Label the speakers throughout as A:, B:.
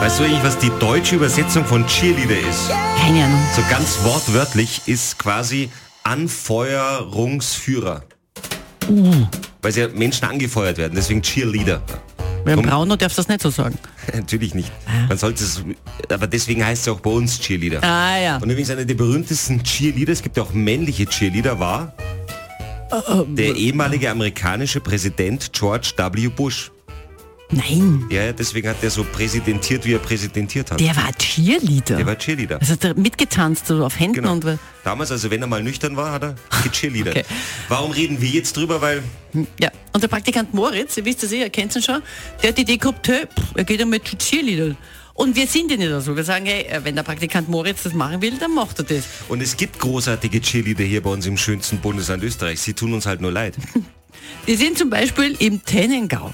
A: Weißt du eigentlich, was die deutsche Übersetzung von Cheerleader ist?
B: Keine Ahnung.
A: So ganz wortwörtlich ist quasi Anfeuerungsführer. Weil sie ja Menschen angefeuert werden, deswegen Cheerleader.
B: Beim
A: Komm.
B: Brauner darfst du das nicht so sagen.
A: Natürlich nicht. Man sollte es, aber deswegen heißt es auch bei uns Cheerleader.
B: Ah ja.
A: Und übrigens einer der berühmtesten Cheerleader, es gibt ja auch männliche Cheerleader, war der ehemalige amerikanische Präsident George W. Bush.
B: Nein,
A: Ja, ja, deswegen hat der so präsidentiert, wie er präsidentiert hat.
B: der war Cheerleader.
A: Der war Cheerleader.
B: also der mitgetanzt so auf Händen
A: Genau.
B: und wa-
A: Damals, also wenn er mal nüchtern war, hat er gechilliedert.
B: Okay.
A: Warum reden wir jetzt drüber? Weil
B: ja. Und der Praktikant Moritz, ihr wisst es eh, ihr kennt ihn schon, der hat die Idee gehabt, hey, pff, er geht einmal zu Cheerleader. Und wir sind ja nicht so. Wir sagen, hey, äh, wenn der Praktikant Moritz das machen will, dann macht er das.
A: und es gibt großartige Cheerleader hier bei uns im schönsten Bundesland Österreich. Sie tun uns halt nur leid.
B: Die sind zum Beispiel im Tennengau.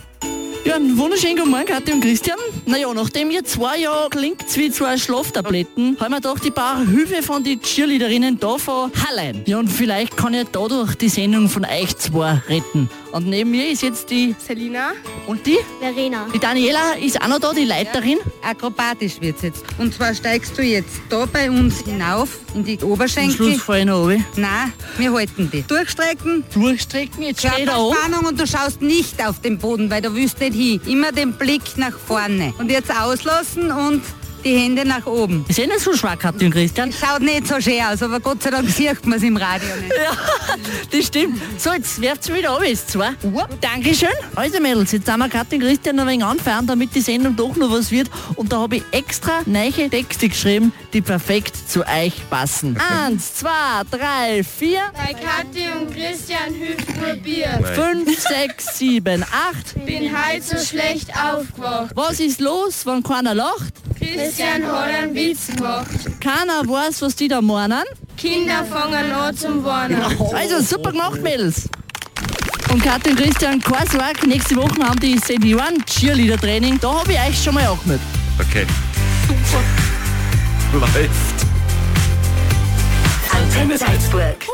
C: Ja, einen wunderschönen guten Morgen, Katja und Christian. Naja, nachdem ihr zwei Jahre klingt wie zwei Schlaftabletten, haben wir doch die paar Hilfe von den Cheerleaderinnen da von Hallein. Ja, und vielleicht kann ich dadurch die Sendung von euch zwei retten. Und neben mir ist jetzt die...
D: Selina.
C: Und die?
D: Verena.
C: Die Daniela ist auch noch da, die Leiterin.
E: Akrobatisch wird's jetzt. Und zwar steigst du jetzt da bei uns hinauf in die
C: Am Schluss
E: Oberschenkel.
C: fahre ich noch runter.
E: Nein, wir halten die. Durchstrecken,
C: Durchstrecken, jetzt steht er oben.
E: Körperspannung und du schaust nicht auf den Boden, weil du willst nicht hin. Immer den Blick nach vorne. Und jetzt auslassen und die Hände nach oben.
C: Ist eh nicht so schwach, Katja und Christian.
E: Schaut nicht so schön aus, aber Gott sei Dank sieht man es im Radio nicht.
C: Das stimmt. So, jetzt werft's wieder ab, jetzt zwei. Dankeschön. Also Mädels, jetzt haben wir Katrin Christian noch ein wenig anfahren, damit die Sendung doch noch was wird. Und da habe ich extra neue Texte geschrieben, die perfekt zu euch passen. Eins, zwei, drei, vier,
D: Bei Kathi und Christian hilft nur Bier.
C: fünf, sechs, sieben, acht.
D: Bin halt so schlecht aufgewacht.
C: Was ist los, wenn keiner lacht?
D: Christian hat einen Witz gemacht.
C: Keiner weiß, was die da meinen.
D: Kinder fangen an zum Warnen.
C: Also super gemacht, Mädels. Und Katrin Christian, kein Sorge, nächste Woche haben die Senioren Cheerleader-Training. Da habe ich euch schon mal auch mit.
A: Okay. Super. Läuft.
F: Antenne Salzburg.